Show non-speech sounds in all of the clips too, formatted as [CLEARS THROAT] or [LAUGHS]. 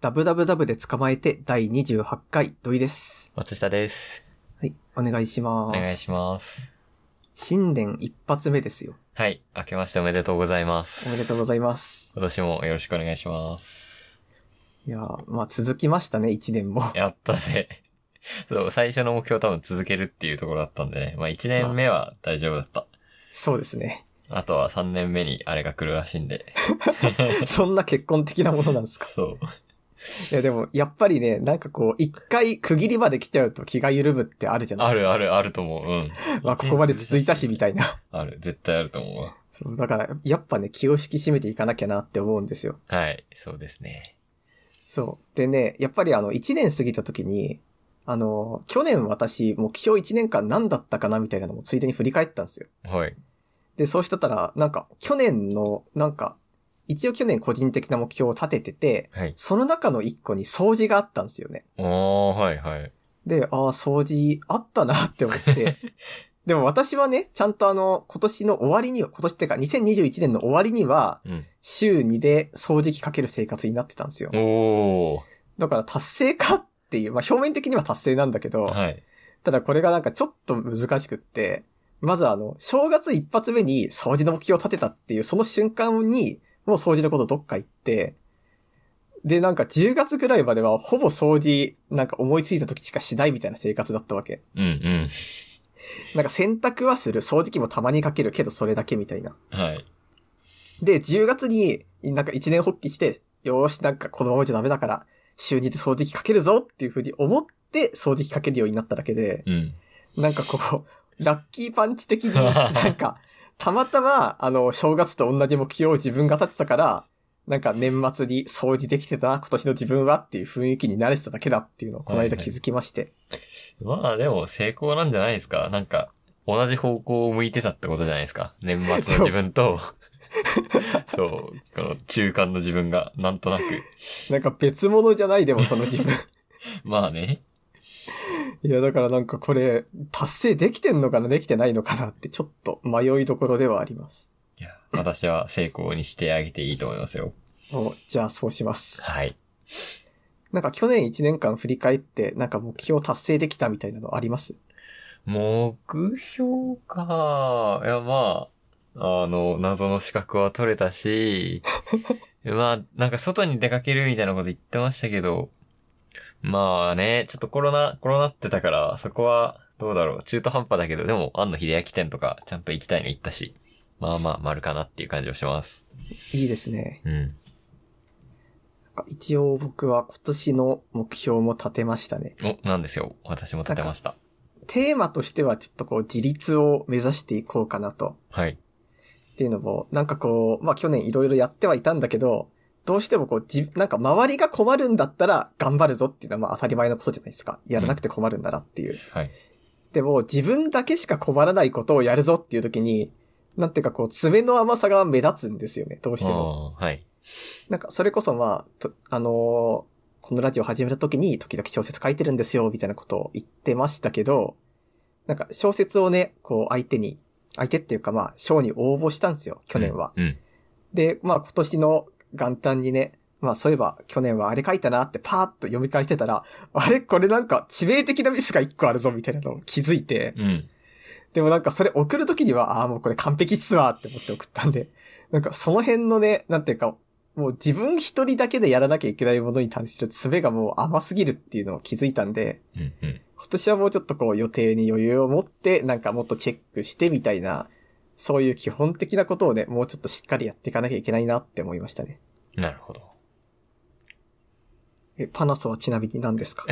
ダブダブダブで捕まえて第28回土井です。松下です。はい、お願いしまおす。願いします。新年一発目ですよ。はい。明けましておめでとうございます。おめでとうございます。今年もよろしくお願いします。いやー、まあ続きましたね、1年も。 [LAUGHS] やったぜ。 [LAUGHS] そう、最初の目標多分続けるっていうところだったんでね。まあ1年目は大丈夫だった。そうですね。 [LAUGHS] あとは3年目にあれが来るらしいんで。そんな結婚的なものなん [LAUGHS] ですか。そう。いやでも、やっぱりね、なんかこう、一回区切りまで来ちゃうと気が緩むって [LAUGHS] あるじゃなあいでするか。あるあると思う。うん。 [LAUGHS] まあここまで続いたし、みたいな。ある。絶対あると思う。そう、だから、やっぱね、気を引き締めていかなきゃなって思うんですよ。はい。そうですね。そう。でね、やっぱりあの、1年過ぎた時に、あの、去年私、目標1年間何だったかなみたいなのもついでに振り返ったんですよ。はい。で、そうしてたら、なんか、去年の、なんか、一応去年個人的な目標を立ててて、はい。その中の1個に掃除があったんですよね。おー、はいはい。で、ああ、掃除あったなって思って。でも私はね、ちゃんとあの、今年の終わりには、今年ってか2021年の終わりには、うん。週2で掃除機かける生活になってたんですよ。おー。だから達成かっていう、まあ表面的には達成なんだけど、はい。ただこれがなんかちょっと難しくって、まずあの、正月一発目に掃除の目標を立てたっていう、その瞬間に、もう掃除のことどっか行って、で、なんか10月ぐらいまではほぼ掃除、なんか思いついた時しかしないみたいな生活だったわけ。うんなんか洗濯はする、掃除機もたまにかけるけどそれだけみたいな。うん。はい。で、10月になんか一年発起して、よーし、なんかこのままじゃダメだから、週2で掃除機かけるぞっていう風に思って掃除機かけるようになっただけで、うん。なんかこ [LAUGHS] う、ラッキーパンチ的に、なんか、たまたま、あの、正月と同じ目標を自分が立てたから、なんか年末に掃除できてたな、今年の自分はっていう雰囲気に慣れてただけだっていうのをこの間気づきまして。まあでも成功なんじゃないですかなんか、同じ方向を向いてたってことじゃないですか年末の自分と、そう、この中間の自分が、なんとなく。なんか別物じゃないでもその自 [LAUGHS] 分。まあね。いや、だからなんかこれ、達成できてんのかな、できてないのかなって、ちょっと迷いどころではあります。いや、私は成功にしてあげていいと思いますよ。おじゃあそうします。はい。なんか去年1年間振り返って、なんか目標達成できたみたいなのあります目標か。いや、まあ、あの、謎の資格は取れ [LAUGHS] たし、まあ、なんか外に出かけるみたいなこと言ってましたけど、まあね、ちょっとコロナ、コロナってたから、そこは、どうだろう、中途半端だけど、でも、庵野秀明店とか、ちゃんと行きたいの行ったし、まあまあ、丸かなっていう感じはします。いいですね。うん。なんか一応僕は今年の目標も立てましたね。お、なんですよ。私も立てました。テーマとしてはちょっとこう自立を目指していこうかなと。はい。っていうのも、なんかこう、まあ去年いろいろやってはいたんだけど、どうしてもこう、じ、なんか周りが困るんだったら頑張るぞっていうのはまあ当たり前のことじゃないですか。やらなくて困るんだなっていう。はい。でも自分だけしか困らないことをやるぞっていう時に、なんていうかこう、爪の甘さが目立つんですよね、どうしても。あーはい。なんかそれこそまあ、とあのーこのラジオ始めた時に時々小説書いてるんですよ、みたいなことを言ってましたけど、なんか小説をね、こう相手に、相手っていうかまあ、賞に応募したんですよ、去年は。うん。で、まあ今年の元旦にね、まあそういえば去年はあれ書いたなってパーッと読み返してたら、あれこれなんか致命的なミスが一個あるぞみたいなのを気づいて、うん。うんでもなんかそれ送るときには、ああ、もうこれ完璧っすわって思って送ったんで、 [LAUGHS] なんかその辺のね、なんていうか、もう自分一人だけでやらなきゃいけないものに対する爪がもう甘すぎるっていうのを気づいたんで、うん。うん。今年はもうちょっとこう予定に余裕を持って、なんかもっとチェックしてみたいな、そういう基本的なことをね、もうちょっとしっかりやっていかなきゃいけないなって思いましたね。なるほど。え、パナソはちなみに何 [LAUGHS] ですか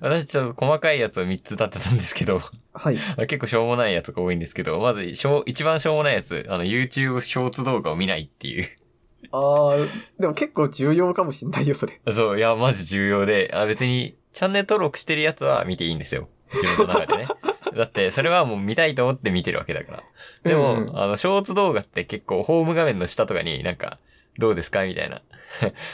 私ちょっと細かいやつを3つ立てたんですけど、 [LAUGHS] はい。結構しょうもないやつが多いんですけど、まず、しょう、一番しょうもないやつ、あの、YouTube ショーツ動画を見ないっていう。 [LAUGHS] ああ、でも結構重要かもしんないよ、それ。そう、いや、マジ重要で、あ別に、チャンネル登録してるやつは見ていいんですよ。自分の中でね。 [LAUGHS] だって、それはもう見たいと思って見てるわけだから。でも、うんあの、ショーツ [LAUGHS] 動画って結構、ホーム画面の下とかになんか、どうですかみたいな。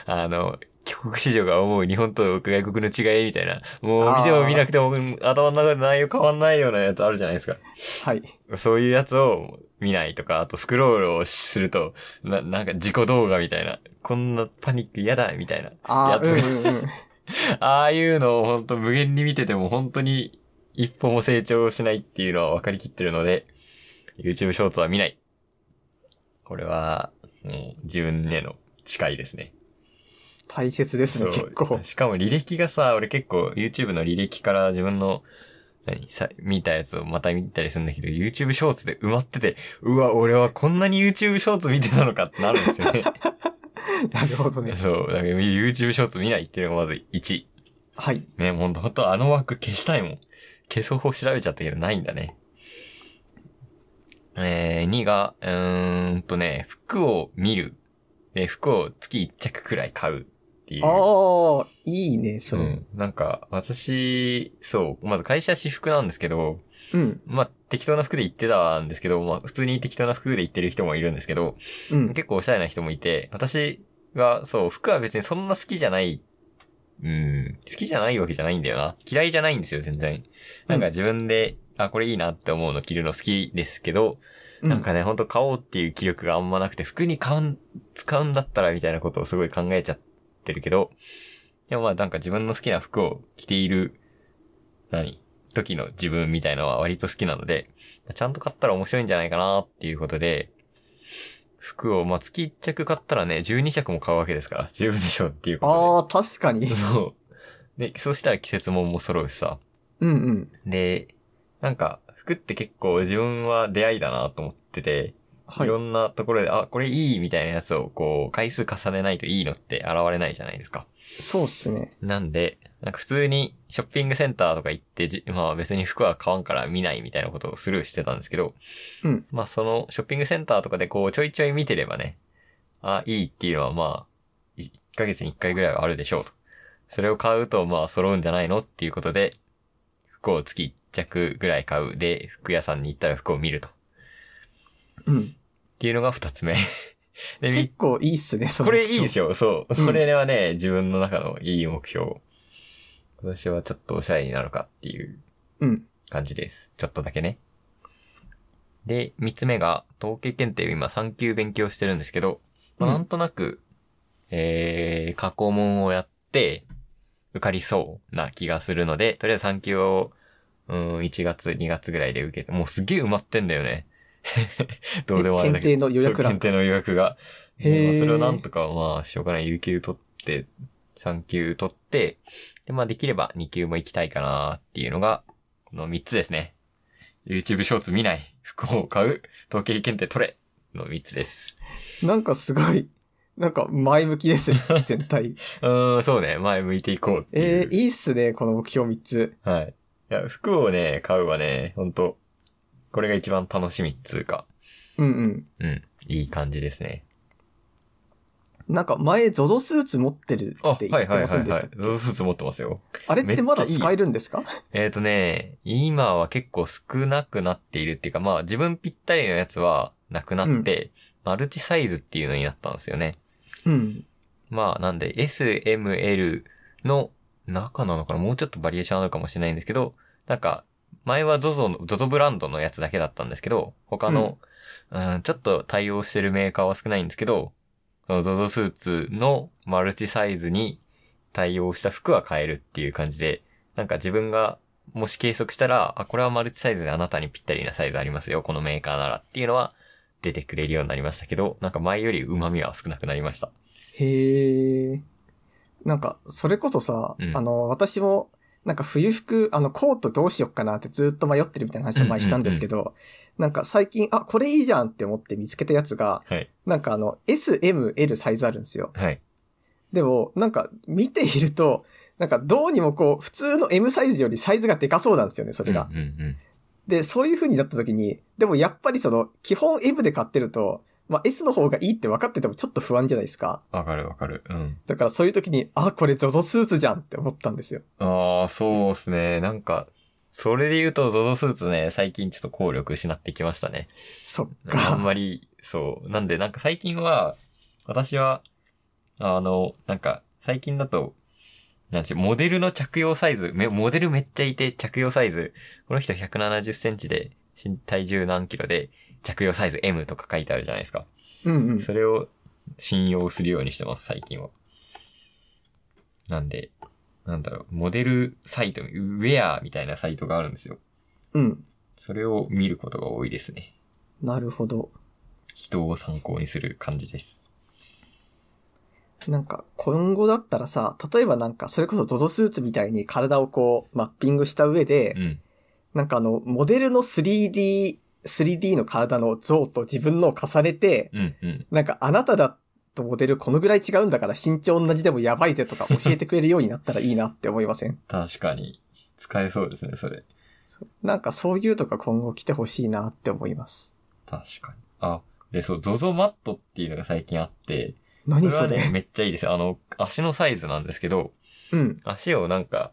あの、帰国子女が思う日本と外国の違いみたいな、もう見ても見なくても頭の中で内容変わんないようなやつあるじゃないですか。はい。そういうやつを見ないとか、あとスクロールをすると、な、なんか自己動画みたいな、こんなパニック嫌だみたいな。ああ、やつうんうんうん。ああいうのをほんと無限に見てても本当に一歩も成長しないっていうのは分かりきってるので、YouTube ショートは見ない。これは、もう自分への誓いですね。大切ですね、そう結構。しかも履歴がさ、俺結構 YouTube の履歴から自分の、何さ、見たやつをまた見たりするんだけど、YouTube ショーツで埋まってて、うわ、俺はこんなに YouTube ショーツ見てたのかってなるんで [LAUGHS] すよね。なるほど [LAUGHS] ね。そう。だから YouTube ショーツ見ないっていうのがまず1。はい。ね、もうほんとあの枠消したいもん。消す方法調べちゃったけどないんだね。えー、2が、うーんとね、服を見る。で、服を月1着くらい買うっていう。ああ、いいね、そうれ。ん。なんか、私、そう、まず会社私服なんですけど、うん。まあ、適当な服で行ってたんですけど、まあ、普通に適当な服で行ってる人もいるんですけど、うん。結構おしゃれな人もいて、私が、そう、服は別にそんな好きじゃない、うん、好きじゃないわけじゃないんだよな。嫌いじゃないんですよ、全然。なんか自分で、あ、これいいなって思うの着るの好きですけど、うんなんかね、ほんと買おうっていう気力があんまなくて、服に買うん、使うんだったらみたいなことをすごい考えちゃってるけど、でもまあなんか自分の好きな服を着ている、何時の自分みたいなのは割と好きなので、ちゃんと買ったら面白いんじゃないかなっていうことで、服を、まあ月1着買ったらね、12着も買うわけですから、十分でしょうっていうこああ、確かと [LAUGHS] にで。。そう。で、そうしたら季節もも揃うしさ。うんうん。で、なんか、服って結構自分は出会いだなと思ってて、、はいい。ろんなところで、あ、これいいみたいなやつをこう、回数重ねないといいのって現れないじゃないですか。そうっすね。なんで、なんか普通にショッピングセンターとか行って、じまあ別に服は買わんから見ないみたいなことをスルーしてたんですけど、うんまあそのショッピングセンターとかでこうちょいちょい見てればね、あ、いいっていうのはまあ、1ヶ月に1回ぐらいはあるでしょうと。それを買うとまあ揃うんじゃないのっていうことで、服を月1着ぐらい買う。で、服屋さんに行ったら服を見ると。っうん。ていうのが2つ目。 [LAUGHS] で、三結構いいっすね、そのこれいいでしょそう。うんこれはね、自分の中のいい目標。今年はちょっとおしゃれになるかっていううん。感じです。ちょっとだけね。で、三つ目が、統計検定を今3級勉強してるんですけど、まあうんなんとなく、えー、過去問をやって、受かりそうな気がするので、とりあえず3級を、うん、1月、2月ぐらいで受けて、もうすげえ埋まってんだよね。 [LAUGHS] どうでもあるんだけど。え検定の予約欄そう検定の予約が。へーまあそれをなんとか、まあ、しょうがない、有給取って、3級取って、で、まあ、できれば2級も行きたいかなっていうのが、この3つですね。YouTube ショーツ見ない、服を買う、統計検定取れの3つです。なんかすごい、なんか前向きです [LAUGHS] ね、全体。うーん、そうね、前向いていこうっていえう。ー、いいっすね、この目標3つ。はい。いや、服をね、買うはね、ほんと、これが一番楽しみっつうか、うんうん。うん、いい感じですね。なんか前、ゾゾスーツ持ってるあ、っはてい言っはいてはいませんではしたい。。ゾウスーツ持ってますよ。あれってまだめっちゃいい使えるんですかえっ、とね、今は結構少なくなっているっていうか、まあ自分ぴったりのやつはなくなって、マルチサイズっていうのになったんですよね。うん。まあなんで SML の中なのかなもうちょっとバリエーションあるかもしれないんですけど、なんか前は ZOZO の、ZOZO ブランドのやつだけだったんですけど、他の、うん、ちょっと対応してるメーカーは少ないんですけど、その ZOZO スーツのマルチサイズに対応した服は買えるっていう感じで、なんか自分がもし計測したら、あ、これはマルチサイズであなたにぴったりなサイズありますよ、このメーカーならっていうのは出てくれるようになりましたけど、なんか前より旨味は少なくなりました。へえ。なんか、それこそさ、うんあの、私も、なんか冬服、あの、コートどうしよっかなってずっと迷ってるみたいな話を前にしたんですけど、なんか最近、あ、これいいじゃんって思って見つけたやつが、はい。なんかあの、S、M、L サイズあるんですよ。はい。でも、なんか見ていると、なんかどうにもこう、普通の M サイズよりサイズがでかそうなんですよね、それが。うんうんで、そういう風になった時に、でもやっぱりその、基本 M で買ってると、まあ S の方がいいって分かっててもちょっと不安じゃないですか。うん。わかるわかる。うん。だからそういう時に、あ、これゾゾスーツじゃんって思ったんですよ。ああ、そうですね。なんか、それで言うと、ゾゾスーツね、最近ちょっと効力失ってきましたね。そっあんか。まり、そう。なんで、なんか最近は、私は、あの、なんか、最近だと、なんちゅう、モデルの着用サイズ、めモデルめっちゃいて着用サイズ、この人170センチで、身体重何キロで、着用サイズ M とか書いてあるじゃないですか。うんうん。それを信用するようにしてます、最近は。なんで、なんだろう、モデルサイト、ウェアみたいなサイトがあるんですよ。うん。それを見ることが多いですね。なるほど。人を参考にする感じです。なんか、今後だったらさ、例えばなんか、それこそ ZOZO スーツみたいに体をこう、マッピングした上で、うん。なんかあの、モデルの 3D、3D の体の像と自分のを重ねて、うん、うん。なんかあなただとモデルこのぐらい違うんだから身長同じでもやばいぜとか教えてくれるようになったらいいなって思いません確かに、使えそうですね、それ。なんかそういうとか今後来てほしいなって思います。確かに。あ、で、そう、ゾゾマットっていうのが最近あって、何はそれね、めっちゃいいですよ。あの、足のサイズなんですけど、うん。足をなんか、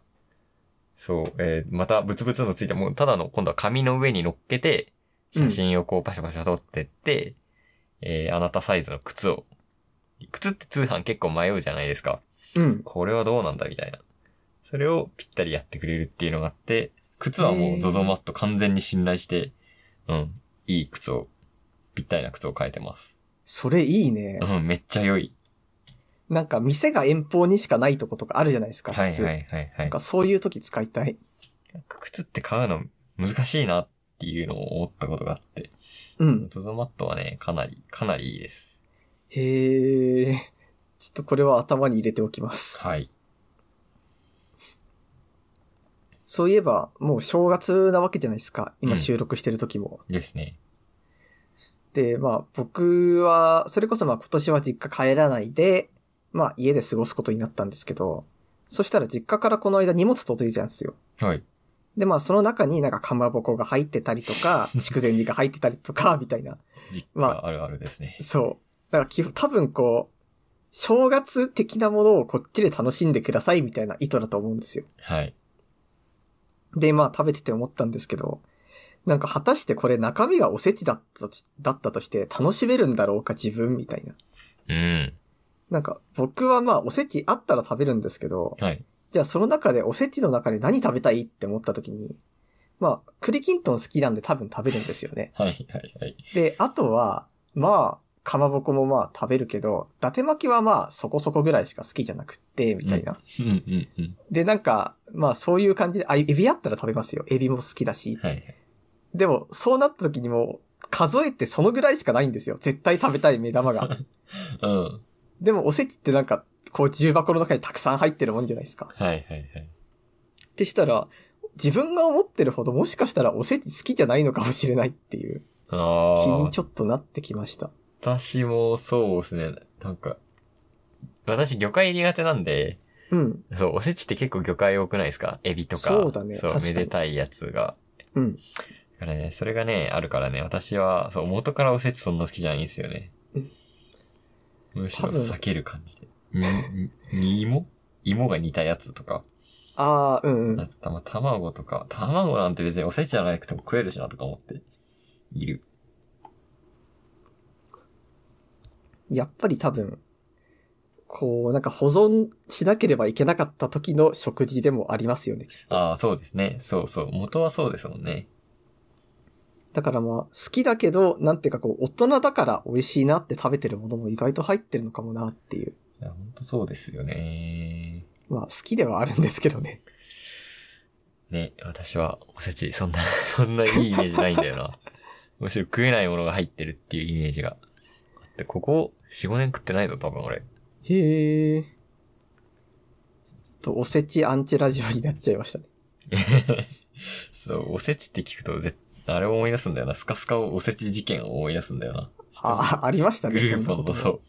そう、えーまたブツブツのついて、もうただの今度は紙の上に乗っけて、写真をこうパシャパシャ撮ってって、えーあなたサイズの靴を。靴って通販結構迷うじゃないですか。うん。これはどうなんだみたいな。それをぴったりやってくれるっていうのがあって、靴はもへうー ZOZO マット完全に信頼して、うん、いい靴を、ぴったりな靴を変えてます。それいいね。うん、めっちゃ良い。なんか店が遠方にしかないとことかあるじゃないですか、はい普通。はいはいはないんか。そういう時使いたい。靴って買うの難しいなっていうのを思ったことがあって、うん。 ZOZO マットはね、かなり、かなりいいです。へえ。ちょっとこれは頭に入れておきます。はい。そういえば、もう正月なわけじゃないですか。う今ん収録してる時も。ですね。で、まあ僕は、それこそまあ今年は実家帰らないで、まあ家で過ごすことになったんですけど、そしたら実家からこの間荷物届いたんですよ。はい。で、まあその中になんかかまぼこが入ってたりと [LAUGHS] か、筑前煮が入ってたりとか、みたいな。実ま家あるあるですね。そう。だから基本、多分こう、正月的なものをこっちで楽しんでくださいみたいな意図だと思うんですよ。はい。で、まあ食べてて思ったんですけど、なんか果たしてこれ中身がおせちだったとだったとして楽しめるんだろうか自分みたいな。うん。なんか僕はまあおせちあったら食べるんですけど、はい。じゃあその中でおせちの中で何食べたいって思った時に、まあ栗きんとん好きなんで多分食べるんですよね。はいはいはい。で、あとは、まあ、かまぼこもまあ食べるけど、伊達巻きはまあそこそこぐらいしか好きじゃなくって、みたいな。うんうんうん。で、で、なんか、まあそういう感じで、あ、エビあったら食べますよ。エビも好きだし。はいはい。でも、そうなった時にもう、数えてそのぐらいしかないんですよ。絶対食べたい目玉が。うん。でも、おせちってなんか、こう、重箱の中にたくさん入ってるもんじゃないですか。はいはいはい。ってしたら、自分が思ってるほどもしかしたらおせち好きじゃないのかもしれないっていうあ気あ。にちょっとなってきました。私もそうですね。なんか、私魚介苦手なんで、うん、そう、おせちって結構魚介多くないですかエビとか。そうだねそう、確かめにでたいやつが。うん。だからね、それがね、あるからね、私は、そう、元からおせちそんな好きじゃないんですよね。うんむしろ多分避ける感じで。に、に、芋芋が似たやつとか。ああ、うんうあん。と、まあ、卵とか。卵なんて別におせちじゃなくても食えるしなとか思って、いる。やっぱり多分、こう、なんか保存しなければいけなかった時の食事でもありますよね。ああ、そうですね。そうそう。元はそうですもんね。だからまあ、好きだけど、なんていうかこう、大人だから美味しいなって食べてるものも意外と入ってるのかもなっていう。いや、ほんとそうですよね。まあ、好きではあるんですけどね。ね、私はおせち、そんな、 [LAUGHS] そんないいイメージないんだよ [LAUGHS] な。むしろ食えないものが入ってるっていうイメージが。あって、ここ、4、5年食ってないぞ、多分俺。 [LAUGHS] へえ。ちょっと、おせちアンチラジオになっちゃいましたね。そう、おせちって聞くと、ぜあれを思い出すんだよな。スカスカおせち事件を思い出すん [LAUGHS] だよな。ああ、ありましたグね、ルーなポンこともそう。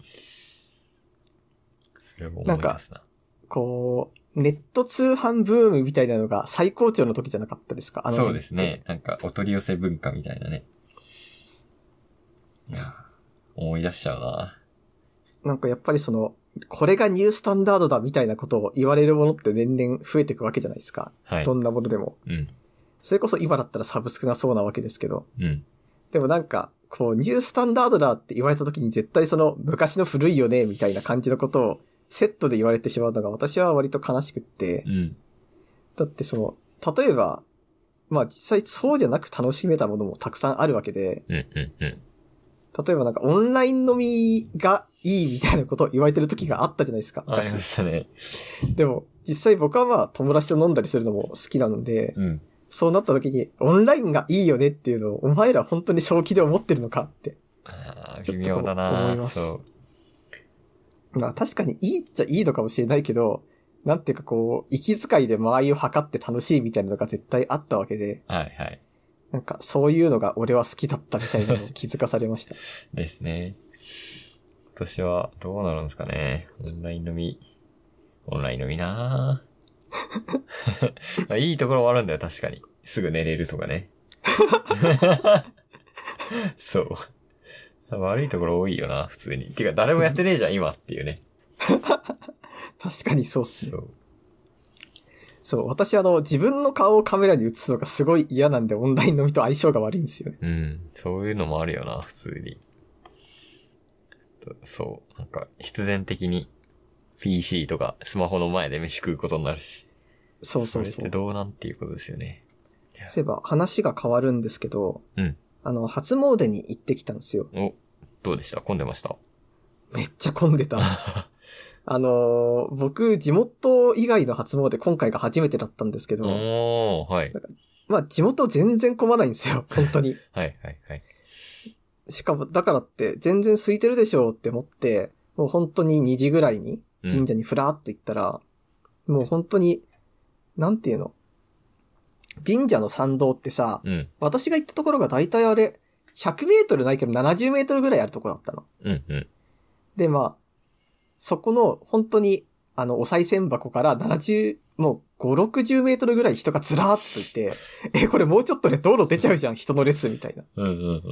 それを思い出すな。こう、ネット通販ブームみたいなのが最高潮の時じゃなかったですかあのそうですね。。なんか、お取り寄せ文化みたいなね。いやー、思い出しちゃうな。なんかやっぱりその、これがニュースタンダードだみたいなことを言われるものって年々増えていくわけじゃないですか。はいど。んなものでも。うん。それこそ今だったらサブスクがそうなわけですけど。うん。でもなんか、こう、ニュースタンダードだって言われた時に絶対その昔の古いよね、みたいな感じのことをセットで言われてしまうのが私は割と悲しくってう、ん。だってその、例えば、まあ実際そうじゃなく楽しめたものもたくさんあるわけで、うん。うん。うん。例えばなんかオンライン飲みがいいみたいなことを言われてる時があったじゃないですか。ありましたね。でも、実際僕はまあ友達と飲んだりするのも好きなので、うん。そうなった時にオンラインがいいよねっていうのをお前ら本当に正気で思ってるのかって。ああ、ちょ微っと妙だ思ないますそまあ確かにいいっちゃいいのかもしれないけど、なんていうかこう、息遣いで間合いを測って楽しいみたいなのが絶対あったわけで、う。はいはい。なんかそういうのが俺は好きだったみたいなのを気づかされま [LAUGHS] した。ですね。今年はどうなるんですかね。オンライン飲み。オンライン飲 [LAUGHS] みなぁまあいいところはあるんだよ、確かに。すぐ寝れると [LAUGHS] かね。そう。悪いところ多いよな、普通に。てか、誰もやってねえじゃん、今っていうね。確かにそうっすねそ。う。そう、私あの、自分の顔をカメラに映すのがすごい嫌なんで、オンライン飲みと相性が悪いんですよね。うん。そういうのもあるよな、普通に。そう。なんか、必然的に PC とかスマホの前で飯食うことになるし。そうそうそれっうて。どうなんていうことですよね。そういえば話が変わるんですけど、うんあの、初詣に行ってきたんですよ。お、どうでした混んでましためっちゃ混ん [LAUGHS] でた。あのー僕、地元以外の初詣今回が初めてだったんですけど、おー、はい。まあ地元全然混まないんです [LAUGHS] よ、本当に。はい、はい、はい。しかも、だからって全然空いてるでしょうって思って、もう本当に2時ぐらいにうん神社にふらーっと行ったら、もう本当に、なんていうの神社の参道ってさ、うん、私が行ったところが大体あれ、100メートルないけど70メートルぐらいあるとこだったの。うん、うん。で、まあ、そこの本当に、あの、お賽銭箱から70、もう5、60メートルぐらい人がずらーっといて、え、これもうちょっとね、道路出ちゃうじゃん、人の列みたいな。うん、うん、うん。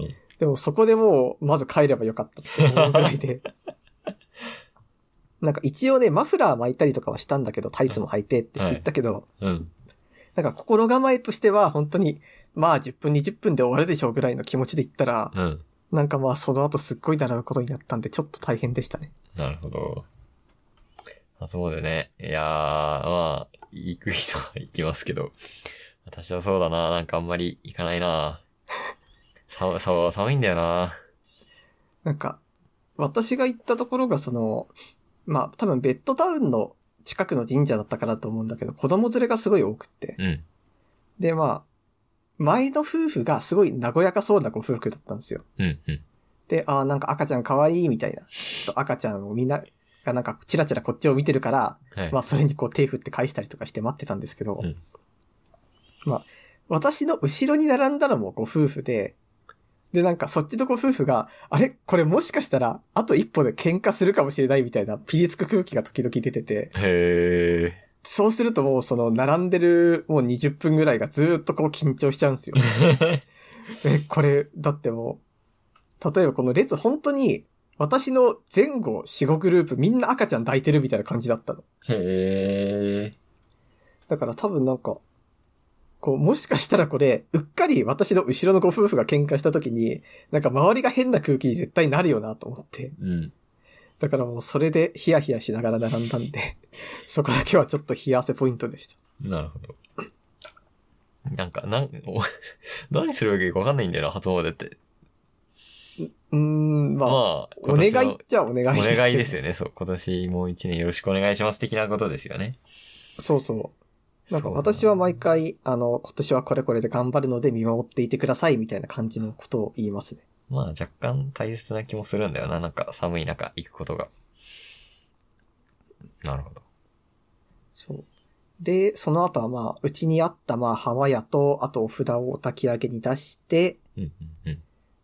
でもそこでもう、まず帰ればよかったって思うぐらいで。 [LAUGHS] なんか一応ね、マフラー巻いたりとかはしたんだけど、タイツも履いてってしていったけど、うん、なんか心構えとしては本当に、まあ10分20分で終わるでしょうぐらいの気持ちで行ったら、うん。なんかまあその後すっごい習うことになったんで、ちょっと大変でしたね。なるほど。あ、そうでね。いやー、まあ、行く人は行きますけど。私はそうだな。なんかあんまり行かないな。寒、寒、寒いんだよな。なんか、私が行ったところがその、まあ多分ベッドタウンの近くの神社だったからと思うんだけど、子供連れがすごい多くって。うん。で、まあ、前の夫婦がすごい和やかそうなご夫婦だったんですよ。うん、うん。で、ああ、なんか赤ちゃん可愛いみたいな。ちょっと赤ちゃんをみんながなんかチラチラこっちを見てるから、はい。まあそれにこう手振って返したりとかして待ってたんですけど、うんまあ、私の後ろに並んだのもご夫婦で、で、なんかそっちのご夫婦が、あれこれもしかしたら、あと一歩で喧嘩するかもしれないみたいなピリつく空気が時々出てて、へそうするともうその並んでるもう20分ぐらいがずーっとこう緊張しちゃうん [LAUGHS] ですよ。ー。え、これ、だってもう、例えばこの列本当に私の前後4、5グループみんな赤ちゃん抱いてるみたいな感じだったの。へー。だから多分なんか、こう、もしかしたらこれ、うっかり私の後ろのご夫婦が喧嘩した時に、なんか周りが変な空気に絶対なるよなと思って。うん。だからもうそれでヒヤヒヤしながら並んだんで、 [LAUGHS] そこだけはちょっと冷や汗ポイントでした。なるほど。なんか、なん、お [LAUGHS] 何するわけかわかんないんだよな、初詣って。うーん、まあ、まあ、お願い今年っのちゃお願いですけおど。願いですよね。そう、今年もう一年よろしくお願いします的なことですよね。 [LAUGHS] そうそう。なんかそう私は毎回、あの、今年はこれこれで頑張るので見守っていてくださいみたいな感じのことを言いますね。まあ、若干大切な気もするんだよな。なんか、寒い中行くことが。なるほど。そう。で、その後はまあ、うちにあったまあ、浜屋と、あとお札をお焚き上げに出して、うん、うん、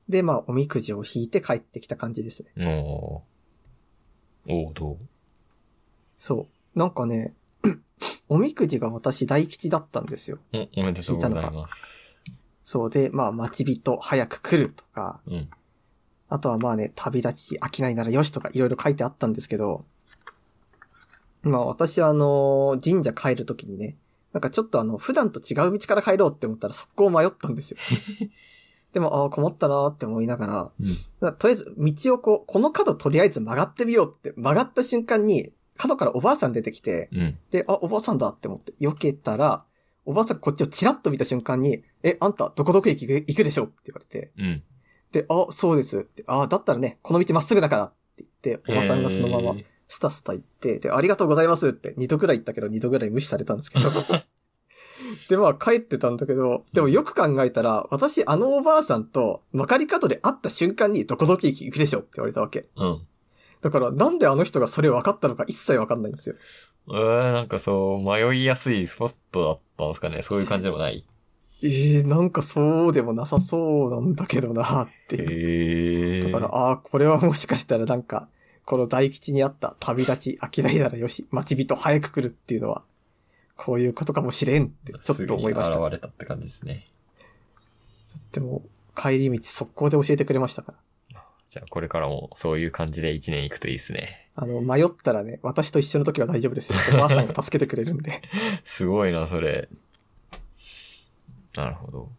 で、まあ、おみくじを引いて帰ってきた感じですね。うん。おー。おー、どうそう。なんかね、 [CLEARS THROAT] おみくじが私大吉だったんですよ。お、おめでとうございます。そうで、まあ、待ち人早く来るとか、うん。あとはまあね、旅立ち、飽きないならよしとかいろいろ書いてあったんですけど、まあ私はあの、神社帰るときにね、なんかちょっとあの、普段と違う道から帰ろうって思ったら速攻迷ったんです [LAUGHS] よ。でも、ああ、困ったなーって思いながら、うんまあとりあえず道をこう、この角とりあえず曲がってみようって、曲がった瞬間に、角からおばあさん出てきて、うん。で、あ、おばあさんだって思って、避けたら、おばあさんこっちをチラッと見た瞬間に、え、あんた、どこどこ駅行く行くでしょって言われて、うん。で、あ、そうですって、あ、だったらね、この道まっすぐだからって言って、おばさんがそのままえースタスタ行って、で、ありがとうございますって、二度くらい言ったけど、二度くらい無視されたんですけど。 [LAUGHS] で、まあ、帰ってたんだけど、でもよく考えたら、私、あのおばあさんと、まかり角で会った瞬間に、どこどこ行くでしょって言われたわけ。うん。だから、なんであの人がそれ分かったのか一切分かんないんですよ。えー、なんかそう、迷いやすいスポットだったんですかね。そういう感じでもない。えー、なんかそうでもなさそうなんだけどな、っていう。だえー。から、ああ、これはもしかしたらなんか、この大吉にあった旅立ち、飽きないならよし、待ち人早く来るっていうのは、こういうことかもしれんって、ちょっと思いましすぐたに。現れたって感じですね。でも、帰り道速攻で教えてくれましたから。じゃあこれからもそういう感じで一年行くといいですね。あの、迷ったらね、私と一緒の時は大丈夫ですよ。おばあさんが助けてくれるん [LAUGHS] で。すごいな、それ。なるほど。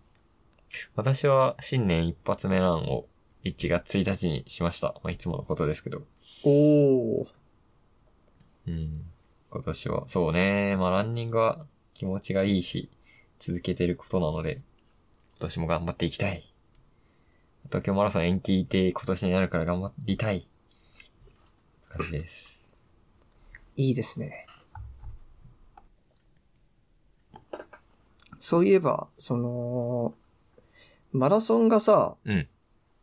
私は新年一発目なんを1月1日にしました。まあ、いつものことですけど。おー。うん。今年は、そうね。まあ、ランニングは気持ちがいいし、続けてることなので、今年も頑張っていきたい。東京マラソン延期で今年になるから頑張りたい。感じです。いいですね。そういえば、その、マラソンがさ、うん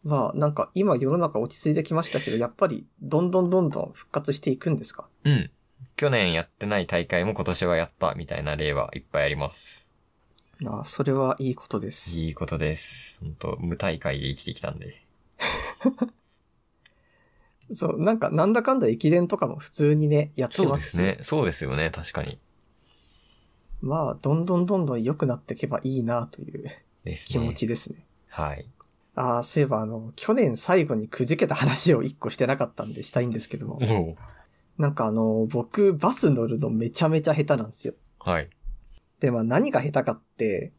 まあなんか今世の中落ち着いてきましたけど、やっぱりどんどんどんどん復活していくんですかうん。去年やってない大会も今年はやったみたいな例はいっぱいあります。ああそれはいいことです。いいことです。本当無大会で生きてきたんで。そう、なんかなんだかんだ駅伝とかも普通にね、やってそうまでしすすね。そうですよね。確かに。まあ、どんどんどんどん良くなっていけばいいなというですね。気持ちですね。はい。ああ、そういえばあの、去年最後にくじけた話を一個してなかったんでしたいんですけど [LAUGHS] も。おうなんかあの、僕、バス乗るのめちゃめちゃ下手なんですよ。はい。で、まあ何が下手かって、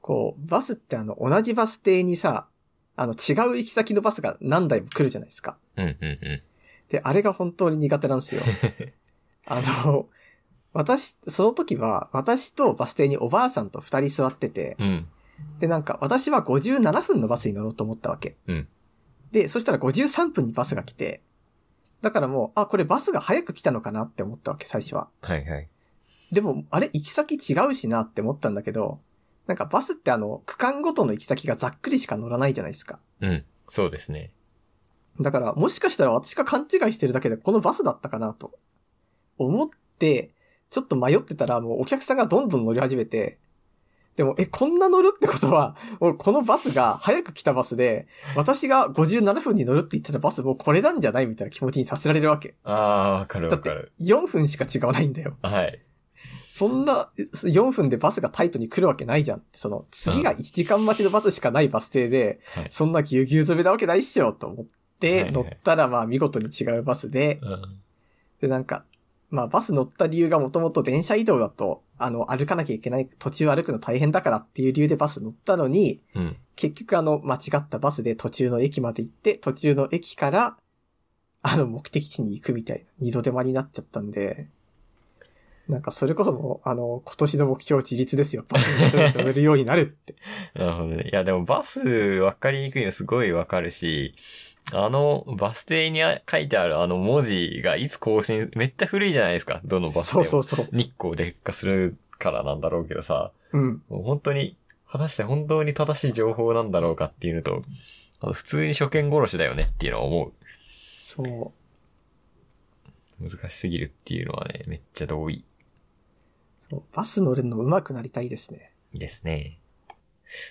こう、バスってあの、同じバス停にさ、あの、違う行き先のバスが何台も来るじゃないですか。うんうんうで、あれが本当に苦手なん [LAUGHS] ですよ。あの、私、その時は、私とバス停におばあさんと二人座っててん。、うん。で、なんか、私は57分のバスに乗ろうと思ったわけ。うんで、そしたら53分にバスが来て、だからもう、あ、これバスが早く来たのかなって思ったわけ、最初は。はいはい。でも、あれ、行き先違うしなって思ったんだけど、なんかバスってあの、区間ごとの行き先がざっくりしか乗らないじゃないですか。うん。そうですね。だから、もしかしたら私が勘違いしてるだけで、このバスだったかなと、思って、ちょっと迷ってたら、もうお客さんがどんどん乗り始めて、でも、え、こんな乗るってことは、もうこのバスが早く来たバスで、私が57分に乗るって言ってたバスもうこれなんじゃないみたいな気持ちにさせられるわけ。ああ、わかるわかる。 4分しか違わないんだよ。はい。そんなえ4分でバスがタイトに来るわけないじゃんって。その次が1時間待ちのバスしかないバス停で、はいそんなぎゅうぎゅう詰めなわけないっしょと思っはいてはい乗ったらまあ見事に違うバスで、うん。でなんか、まあバス乗った理由がもともと電車移動だと、あの歩かなきゃいけない、途中歩くの大変だからっていう理由でバス乗ったのに、うん。結局あの間違ったバスで途中の駅まで行って、途中の駅から、あの目的地に行くみたいな、二度手間になっちゃったんで、なんかそれこそもう、あの、今年の目標自立ですよ。バスに乗れるようになる [LAUGHS] って。なるほどね。いや、でもバスわかりにくいのすごいわかるし、あの、バス停にあ書いてあるあの文字がいつ更新、めっちゃ古いじゃないですか。どのバス停そも。うそうそう。日光で劣化するからなんだろうけどさ、うん。もう本当に、果たして本当に正しい情報なんだろうかっていうのと、あの普通に初見殺しだよねっていうのは思う。そう。難しすぎるっていうのはね、めっちゃ同意そうバス乗れるの上手くなりたいですね。ですね。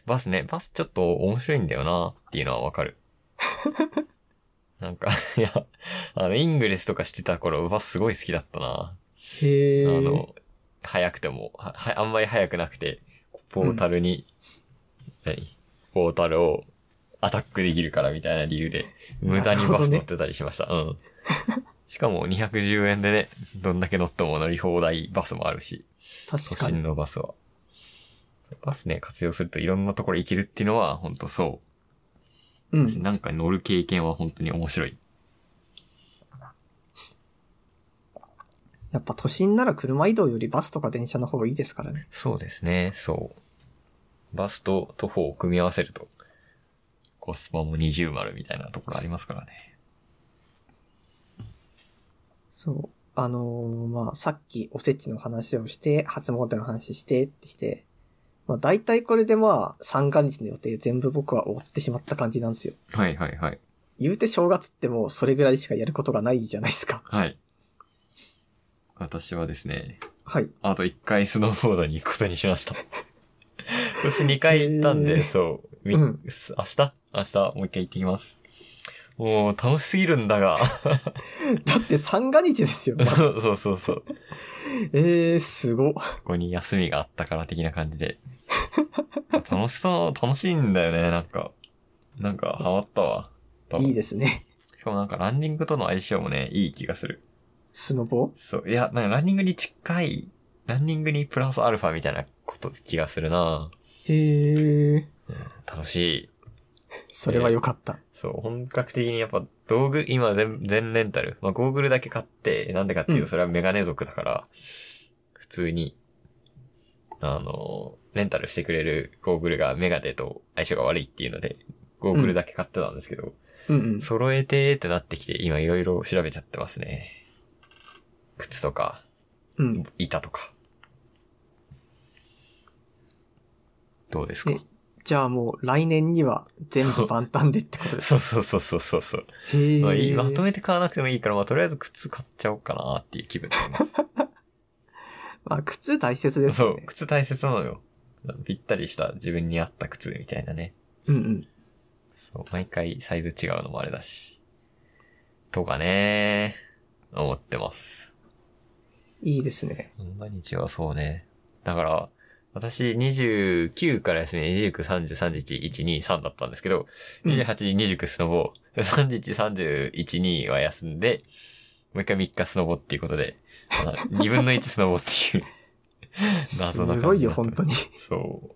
バスね、バスちょっと面白いんだよなっていうのはわかる。なんか、いや、あの、イングレスとかしてた頃、バスすごい好きだったな。へえ。あの、早くても、は、はあんまり早くなくて、ポータルに、何ポータルをアタックできるからみたいな理由で、無駄にバス乗ってたりしました。うん。 [LAUGHS] しかも210円でね、どんだけ乗っても乗り放題バスもあるし、確都かに。心のバスは。バスね、活用するといろんなところ行けるっていうのは、本当そうう。ん私。なんか乗る経験は本当に面白い。やっぱ都心なら車移動よりバスとか電車の方がいいですからね。そうですね、そう。バスと徒歩を組み合わせると、コスパも二重丸みたいなところありますからね。そう。あのーまあ、さっきおせちの話をして、初詣の話してってして、まあ、大体これでまあ、三が日の予定全部僕は終わってしまった感じなんですよ。はいはいはい。言うて正月ってもうそれぐらいしかやることがないじゃないですか。はい。私 [LAUGHS] はですね、はい。あと一回スノーボードに行くことにしま [LAUGHS] した。今年二回行ったんへーで、そう。みうん明日明日、もう一回行ってきます。もう、楽しすぎるんだが。だって三が日です [LAUGHS] よ。まあそうそうそうそう。えー、すご。ここに休みがあったから的な感じで。楽しそう、楽しいんだよね、なんか。なんか、ハマったわ。多分いいですね。しかもなんか、ランニングとの相性もね、いい気がする。スノボそう。いや、なんか、ランニングに近い、ランニングにプラスアルファみたいなこと気がするなへー。楽しい。それは良かった。そう、本格的にやっぱ道具、今全、全レンタル。まあ、ゴーグルだけ買って、なんでかっていううんと、それはメガネ族だから、普通に、あの、レンタルしてくれるゴーグルがメガネと相性が悪いっていうので、ゴーグルだけ買ってたんですけど、うんうん。揃えてーってなってきて、今いろいろ調べちゃってますね。靴とか、うん。板とか。どうですかねじゃあもう来年には全部万端でってことです。そうそうそうそうそうそう。へー。まあいい、まとめて買わなくてもいいから、まあとりあえず靴買っちゃおうかなっていう気分になります。まあ、靴大切ですそよう、ね。靴大切なのよ。ぴったりした自分に合った靴みたいなね。うんうん。そう、毎回サイズ違うのもあれだし。とかね思ってます。いいですね。毎日はそうね。だから、私29から休みで、29、30、31、1、2、3だったんですけど、うん28、29スノボ、31、31、2は休んで、もう一回3日スノボっていうことで、まあ、2分の1スノボっていう。 [LAUGHS] す謎な感じごいよ、本当に。そう。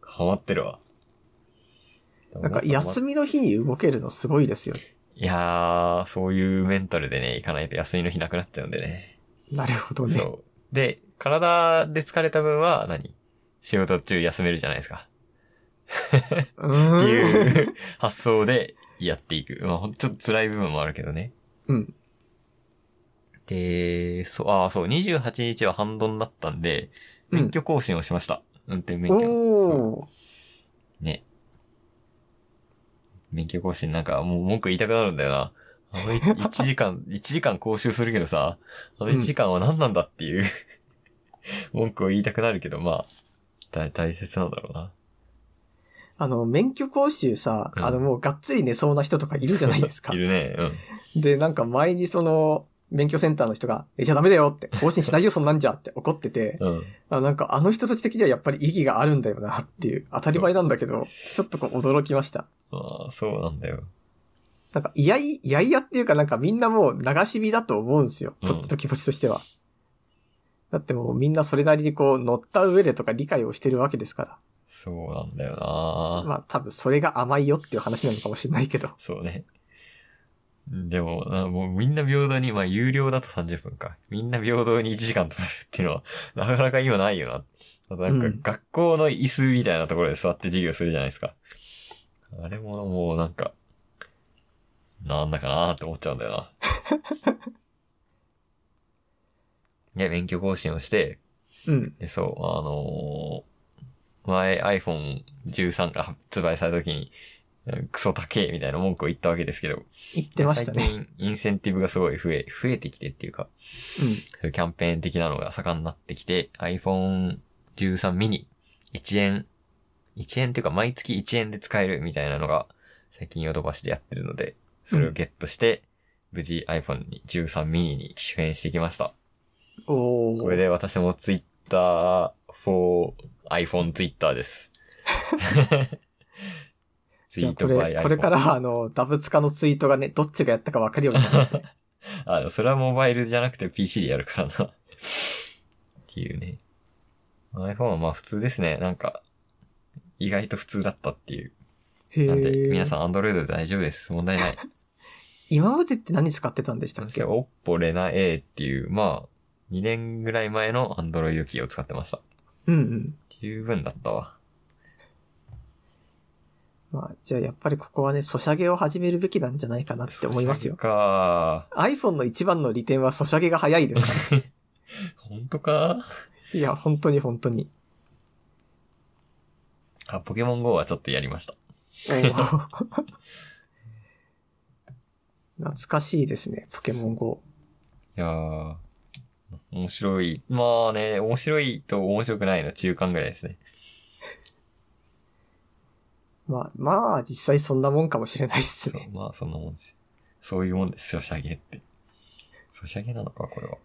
ハマってるわ。なんか、休みの日に動けるのすごいですよ。いやー、そういうメンタルでね、行かないと休みの日なくなっちゃうんでね。なるほどね。そう。で、体で疲れた分は何仕事中休めるじゃないですか。うーんっていう発想でやっていく。まあ、ほんちょっと辛い部分もあるけどね。うん。で、そう、ああ、そう、28日は半ドンだったんで、うん免許更新をしました。運転免許。そおー。うね。免許更新なんか、もう文句言いたくなるんだよな。あのい1 [LAUGHS] 時間、1時間講習するけどさ、あの1時間は何なんだっ [LAUGHS] ていう、文句を言いたくなるけど、まあ、大大切なんだろうな。あの、免許講習さ、うんあの、もうがっつり寝そうな人とかいるじゃないですか [LAUGHS] い。るね。うん。で、なんか前にその、免許センターの人が、え、じゃあダメだよって、更新しないよ、そんなんじゃって怒ってて、うん。あなんかあの人たち的にはやっぱり意義があるんだよなっていう、当たり前なんだけど、ちょっとこう驚きました。まあ、そうなんだよ。なんか、いやい、いやいやっていうかなんかみんなもう流し火だと思うんですよ。うんこっちの気持ちとしては。だってもうみんなそれなりにこう乗った上でとか理解をしてるわけですかそうなんだよら。な、まあ多分それが甘いよっていう話なのかもしれないけど。そうね。でも、なもうみんな平等に、まあ有料だと30分か。みんな平等に1時間取られるっていうのは、 [LAUGHS] なかなか今ないよな。あとなんうかん学校の椅子みたいなところで座って授業するじゃないですか。あれももうなんか、なんだかなーって思っちゃうんだよな。 [LAUGHS] で、免許更新をして、うん。で、そう、あのー前 iPhone13 が発売された時に、クソ高えみたいな文句を言ったわけですけど。言ってましたね。最近、インセンティブがすごい増え、増えてきてっていうか、うん。そういうキャンペーン的なのが盛んになってきて、iPhone 13 mini、1円、1円っていうか毎月1円で使えるみたいなのが、最近ヨドバシでやってるので、それをゲットして、無事 iPhone に13 mini に主演してきました。おー。これで私も Twitter for iPhone [LAUGHS] Twitter です。ツじゃあこれ、これからはあの、ダブツカのツイートがね、どっちがやったかわかるようになりますね。あ、でもそれはモバイルじゃなくて PC でやるからな。っていうね。iPhone はまあ普通ですね。なんか、意外と普通だったっていう。へ [LAUGHS] なんで、ー皆さん Android で大丈夫です。[LAUGHS] 問題ない。今までって何使ってたんでしたっ私けは Oppo Rena A っていう、まあ、 2年ぐらい前の Android キーを使ってました。うんうん。十分だったわ。まあ、じゃあやっぱりここはね、ソシャゲを始めるべきなんじゃないかなって思いますよそ。うか。 iPhone の一番の利点はソシャゲが早いですから。本当かいや、本当に本当に。あ、ポケモン GO はちょっとやりました。懐かしいですね、ポケモン GO。いやー、面白い。まあね、面白いと面白くないの中間ぐらいですね。まあ、まあ、実際そんなもんかもしれないっすそうね。まあ、そんなもんですよ。そういうもんですよ、シャゲって。ソシャゲなのか、これは。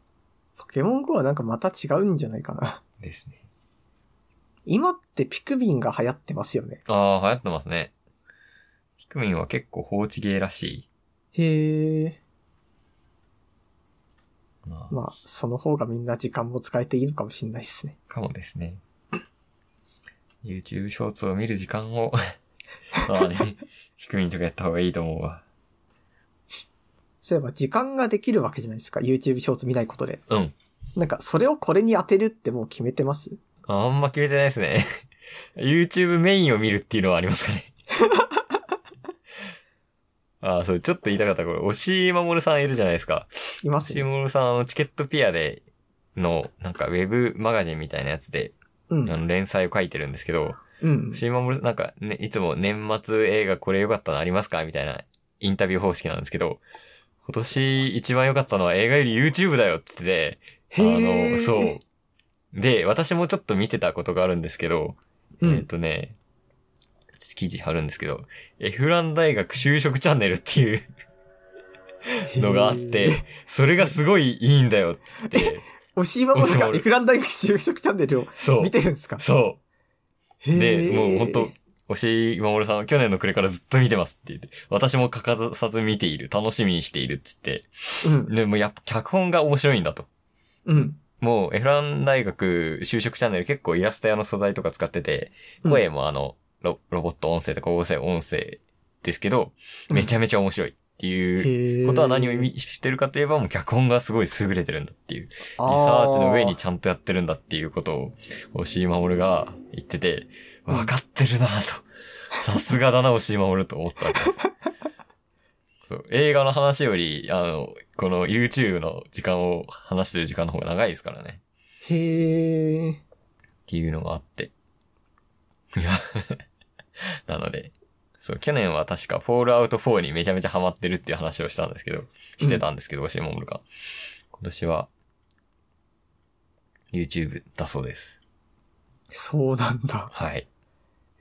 ポケモン GO はなんかまた違うんじゃないかな。ですね。今ってピクミンが流行ってますよね。ああ、流行ってますね。ピクミンは結構放置ゲーらしへえ。い。まあ、まあ、その方がみんな時間も使えていいのかもしれないっすね。かもですね。YouTube ショーツを見る時間を、 [LAUGHS] まあね、ピクミンとかやった方がいいと思うわ。そういえば時間ができるわけじゃないですか。YouTube ショーツ見ないことで。うん。なんか、それをこれに当てるってもう決めてますああんま決めてないですね。YouTube メインを見るっていうのはありますかね。 [LAUGHS] ああ、そう、ちょっと言いたかった。これ、押井守さんいるじゃないですか。います押井守さん、あの、チケットピアで、の、なんか、ウェブマガジンみたいなやつで、うん。あの、連載を書いてるんですけど、うん。押井守さん、なんか、ね、いつも年末映画これ良かったのありますかみたいな、インタビュー方式なんですけど、今年一番良かったのは映画より YouTube だよって言ってて、あへえ。の、そう。。で、私もちょっと見てたことがあるんですけど、うんえっ、とね、記事貼るんですけど、エフラン大学就職チャンネルっていうのがあっへてー。、それがすごいいいんだよっ [LAUGHS] つって、押し守る押しが守るエフラン大学就職チャンネルをそう見。てるんですかそへう。ーで、もうほんと、押井守さんは去年の暮れからずっと見てますって言って、私も欠かさず見ている、楽しみにしているっつって、うん。でもやっぱ脚本が面白いんだと。うん。もう、エフラン大学就職チャンネル結構イラスト屋の素材とか使ってて、声もあの、ロロボット音声とか合成音声ですけど、うんめちゃめちゃ面白いっていうへーことは何を意味してるかといえば、もう脚本がすごい優れてるんだっていう、リリサーチの上にちゃんとやってるんだっていうことを、押井守が言ってて、うんわかってるなぁと。さすがだな、押井守と思ったわけ [LAUGHS] です。そう映画の話より、あの、この YouTube の時間を話してる時間の方が長いですからね。へえ。っていうのがあって。いや、 [LAUGHS] なので、そう、去年は確か、フォールアウト4にめちゃめちゃハマってるっていう話をしたんですけど、してたんですけど、押井守が。今年は、YouTube だそうです。そうなんだ。はい。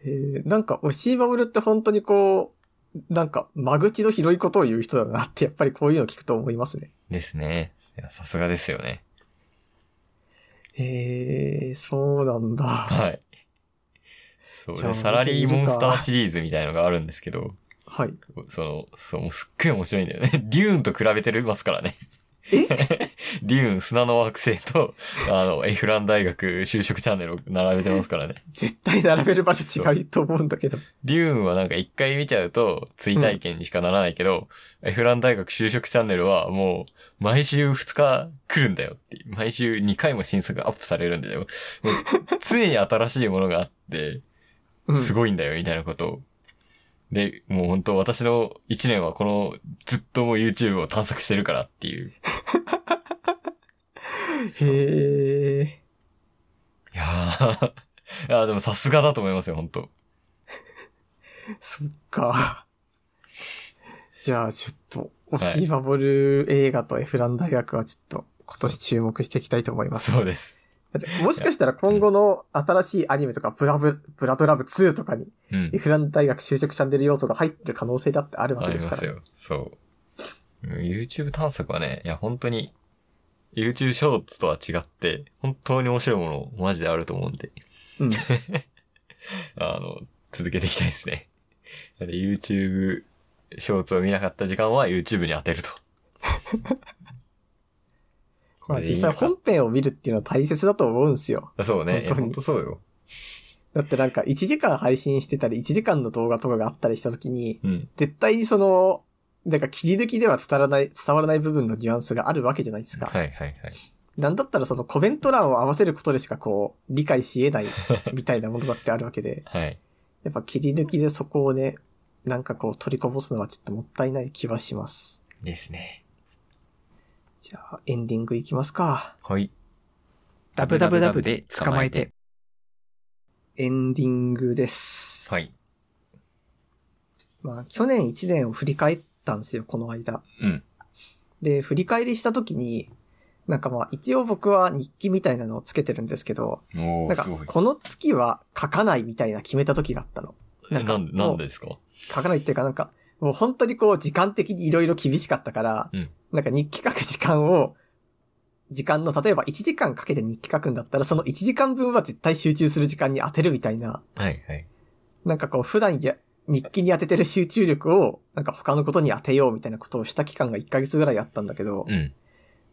へーなんか、押し守るって本当にこう、なんか、間口の広いことを言う人だなって、やっぱりこういうの聞くと思いますね。ですね。いや、さすがですよね。へえ、そうなんだ。はい。そうじゃあで、サラリーモンスターシリーズみたいのがあるんですけど、はい。その、そう、もうすっごい面白いんだよね。デューンと比べてますからね。え [LAUGHS] デューン、砂の惑星と、あの、エフラン大学就職チャンネルを並べてますからね。絶対並べる場所違うと思うんだけど。デューンはなんか一回見ちゃうと、追体験にしかならないけど、エフラン大学就職チャンネルはもう、毎週2日来るんだよっていう。毎週2回も新作アップされるんだよ。もう常に新しいものがあって、うんすごいんだよ、みたいなことを。で、もう本当私の1年はこの、ずっともう YouTube を探索してるからっていう。へえ。いやー [LAUGHS] いやーでもさすがだと思いますよ、本当そっか。 [LAUGHS] じゃあ、ちょっと、押し守る映画とエフラン大学はちょっと、今年注目していきたいと思い [LAUGHS] ます。そうです。だってもしかしたら今後の新しいアニメとか、ブラブ、ブラドラブ2とかに、うんエ。フラン大学就職チャンネル要素が入ってる可能性だってあるわあけでりすかますら。よ。そう。うん YouTube 探索はね、いや、本当に、YouTube ショーツとは違って、本当に面白いもの、マジであると思うんで、うん。 [LAUGHS] あの、続けていきたいですね。 [LAUGHS] なので YouTube ショーツを見なかった時間は YouTube に当てると。 [LAUGHS] まあこれでい実い際のか本編を見るっていうのは大切だと思うんですよ。そうね。いや本当に本当そうよ。だってなんか1時間配信してたり、1時間の動画とかがあったりした時に、うん。絶対にその、なんか切り抜きでは伝わらない、伝わらない部分のニュアンスがあるわけじゃないですか。はいはいはい。なんだったらそのコメント欄を合わせることでしかこう、理解し得ない [LAUGHS] みたいなものだってあるわけで、はい。やっぱ切り抜きでそこをね、なんかこう取りこぼすのはちょっともったいない気はします。ですね。じゃあ、エンディングいきますか。はい。ダブダブダブで捕まえて。エンディングです。はい。まあ、去年1年を振り返ったんですよ、この間。うん。で、振り返りした時に、なんかまあ、一応僕は日記みたいなのをつけてるんですけど、おなんー、かすご、い。この月は書かないみたいな決めた時があったの。なんかなんなんでですか書かないっていうかなんか、もう本当にこう時間的にいろいろ厳しかったから、うんなんか日記書く時間を、時間の、例えば1時間かけて日記書くんだったら、その1時間分は絶対集中する時間に当てるみたいな、はい、はい。なんかこう普段や、日記に当ててる集中力を、なんか他のことに当てようみたいなことをした期間が1ヶ月ぐらいあったんだけど、うん。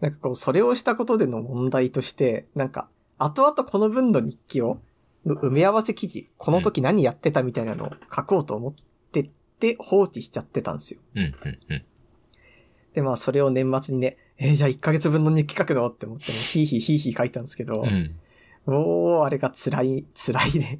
なんかこう、それをしたことでの問題として、なんか、後々この分の日記を、の埋め合わせ記事、この時何やってたみたいなのを書こうと思ってって放置しちゃってたんですよ。うん、うん、うん。で、まあそれを年末にね、えーじゃあ1ヶ月分の日記書くのって思ってね、ヒーヒーヒーヒー書いたんですけど、うん。もうあれが辛い、辛いね。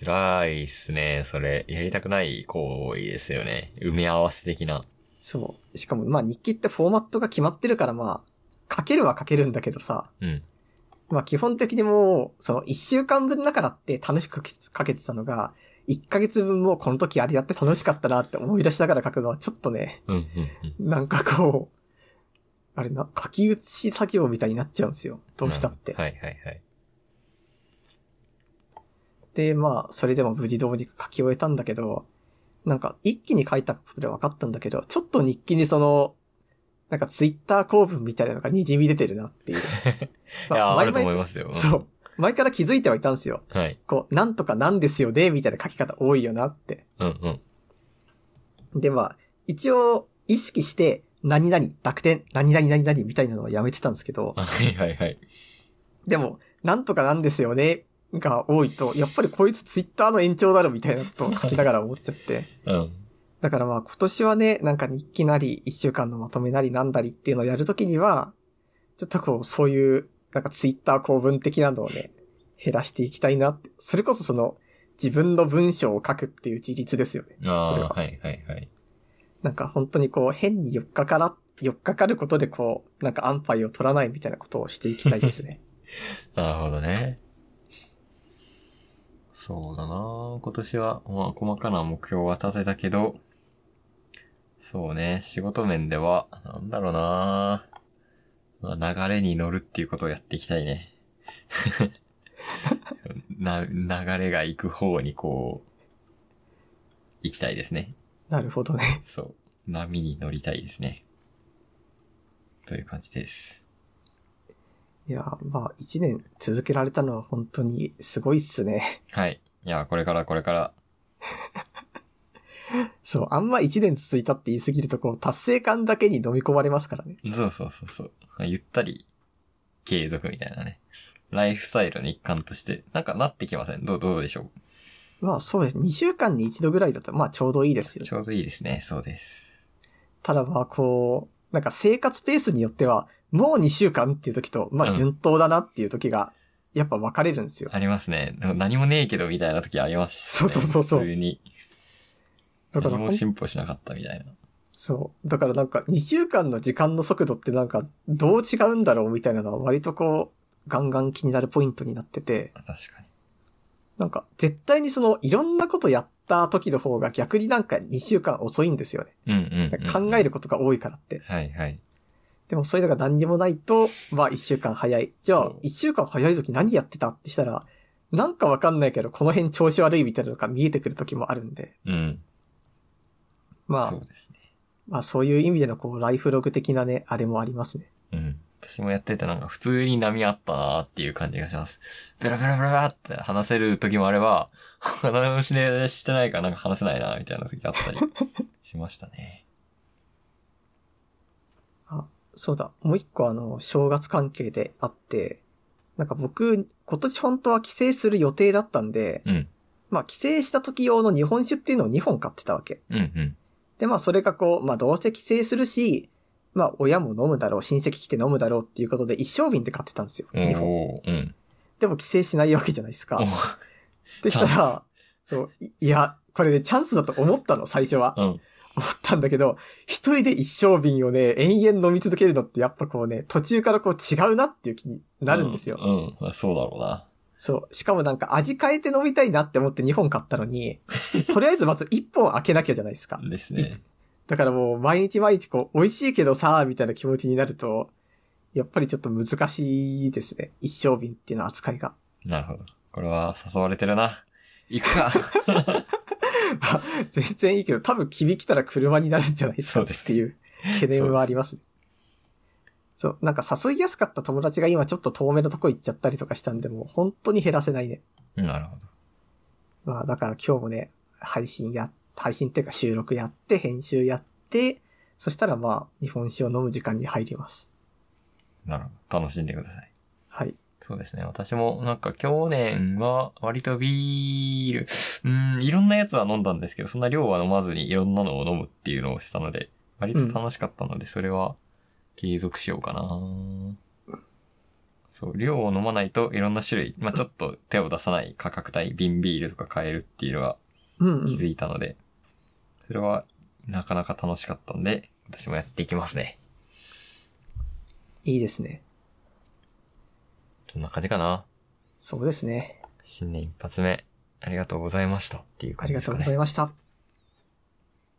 辛いっすね。それ、やりたくない行為ですよね。埋め合わせ的な。そう。しかもまあ日記ってフォーマットが決まってるからまあ、書けるは書けるんだけどさ、うん。まあ基本的にもう、その一週間分だからって楽しく書けてたのが、一ヶ月分もこの時あれやって楽しかったなって思い出しながら書くのはちょっとね、うん、うん、うん。なんかこう、あれな、書き写し作業みたいになっちゃうんですよ。どうしたって。なるほどはい、はい、はい。で、まあ、それでも無事どうにか書き終えたんだけど、なんか一気に書いたことで分かったんだけど、ちょっと日記にその、なんかツイッター構文みたいなのが滲み出てるなって [LAUGHS] いう。いや、あると思い々、ますよ。んそう。。前から気づいてはいたんですよ。はい。こう、なんとかなんですよね、みたいな書き方多いよなって。うん、うん。 [LAUGHS] で、まあ、一応、意識して、何々、濁点、何々何々みたいなのはやめてたんですけど、はい、はい、はい。でも、なんとかなんですよね、が多いと、やっぱりこいつツイッターの延長だろ、みたいなことを書きながら思っちゃって。うん。だからまあ今年はね、なんか日記なり、一週間のまとめなりなんだりっていうのをやるときには、ちょっとこう、そういう、なんかツイッター公文的なのをね、減らしていきたいなって。それこそその、自分の文章を書くっていう自立ですよね。ああこれは、はい、はい、はい。なんか本当にこう、変に4日から、4日かかることでこう、なんか安牌を取らないみたいなことをしていきたいです [LAUGHS] ね。なるほどね。そうだな今年は、まあ、細かな目標は立てたけど、そうね、仕事面では、なんだろうなまあ、流れに乗るっていうことをやっていきたいね。 [LAUGHS] な、流れが行く方にこう、行きたいですね。なるほどね。そう。波に乗りたいですね。という感じです。いや、まあ1年続けられたのは本当にすごいっすね。 [LAUGHS] はい。いや、これからこれから。そう、あんま1年続いたって言い過ぎるとこう、達成感だけに飲み込まれますからね。そうそうそうそう。ゆったり継続みたいなね。ライフスタイルの一環として、なんかなってきません。どう、どうでしょまあそうです。2週間に1度ぐらいだと、まあちょうどいいですうよち。ょうどいいですね。そうです。ただまあこう、なんか生活ペースによっては、もう2週間っていう時と、まうあん順当だなっていう時が、やっぱ分かれるんですよ。ありますね。なんか何もねえけどみたいな時あります、ね。そうそうそうそう普通に。だから何ほもん、進歩しなかったみたいな。そう。だからなんか2週間の時間の速度ってなんかどう違うんだろうみたいなのは割とこう、ガンガン気になるポイントになってて、確かに。なんか絶対にそのいろんなことやった時の方が逆になんか2週間遅いんですよね。うんうんうん、考える。ことが多いからって。はいはい。でもそういうのが何にもないと、まあ一週間早い。じゃあそう一週間早い時何やってたってしたら、なんかわかんないけど、この辺調子悪いみたいなのが見えてくる時もあるんで。うん。まそあう、ですね。まあそういう意味でのこう、ライフログ的なね、あれもありますね。うん。私もやっててなんか普通に波あったなーっていう感じがします。ベラベラベラベラって話せる時もあれば、 [LAUGHS] 何もし,、ね、してないからなんか話せないなーみたいな時あったりしましたね。そうだ、もう一個あの、正月関係であって、なんか僕、今年本当は帰省する予定だったんで、うん。まあ帰省した時用の日本酒っていうのを2本買ってたわけ。うんうん。で、まあそれがこう、まあどうせ帰省するし、まあ親も飲むだろう、親戚来て飲むだろうっていうことで一升瓶で買ってたんですよ、うん。日本。おーうん。でも帰省しないわけじゃないですかお。でしたチャら、そう、いいや、これね、チャンスだと思ったの、最初は。うん。思ったんだけど、一人で一升瓶をね、延々飲み続けるのってやっぱこうね、途中からこう違うなっていう気になるんですよ。うん。うん。そうだろうな。そう。しかもなんか味変えて飲みたいなって思って2本買ったのに、とりあえずまず1本開けなきゃじゃないですか。ですね。だからもう毎日毎日こう、美味しいけどさ、みたいな気持ちになると、やっぱりちょっと難しいですね。一升瓶っていうのは扱いが。なるほど。これは誘われてるな。行く [LAUGHS] か。全然いいけど、多分君来たら車になるんじゃないですかそうっですていう懸念はありますね。そうなんか誘いやすかった友達が今ちょっと遠目のとこ行っちゃったりとかしたんで、もう本当に減らせないね。なるほまあだから今日もね、配信や、配信っていうか収録やって、編集やって、そしたらまあ日本酒を飲む時間に入ります。ど。なるほど。楽しんでください。はい。そうですね。私もなんか去年は割とビール、うん、いろんなやつは飲んだんですけど、そんな量は飲まずにいろんなのを飲むっていうのをしたので、割と楽しかったので、それは継続しようかな。そう、量を飲まないといろんな種類、まあちょっと手を出さない価格帯、瓶ビールとか買えるっていうのがうん、う気づん。いたので、それはなかなか楽しかったんで、私もやっていきますね。いいですね。そんな感じかな。そうですね。新年一発目、ありがとうございましたっていうあ感りじでがすとうかごねざ。いました。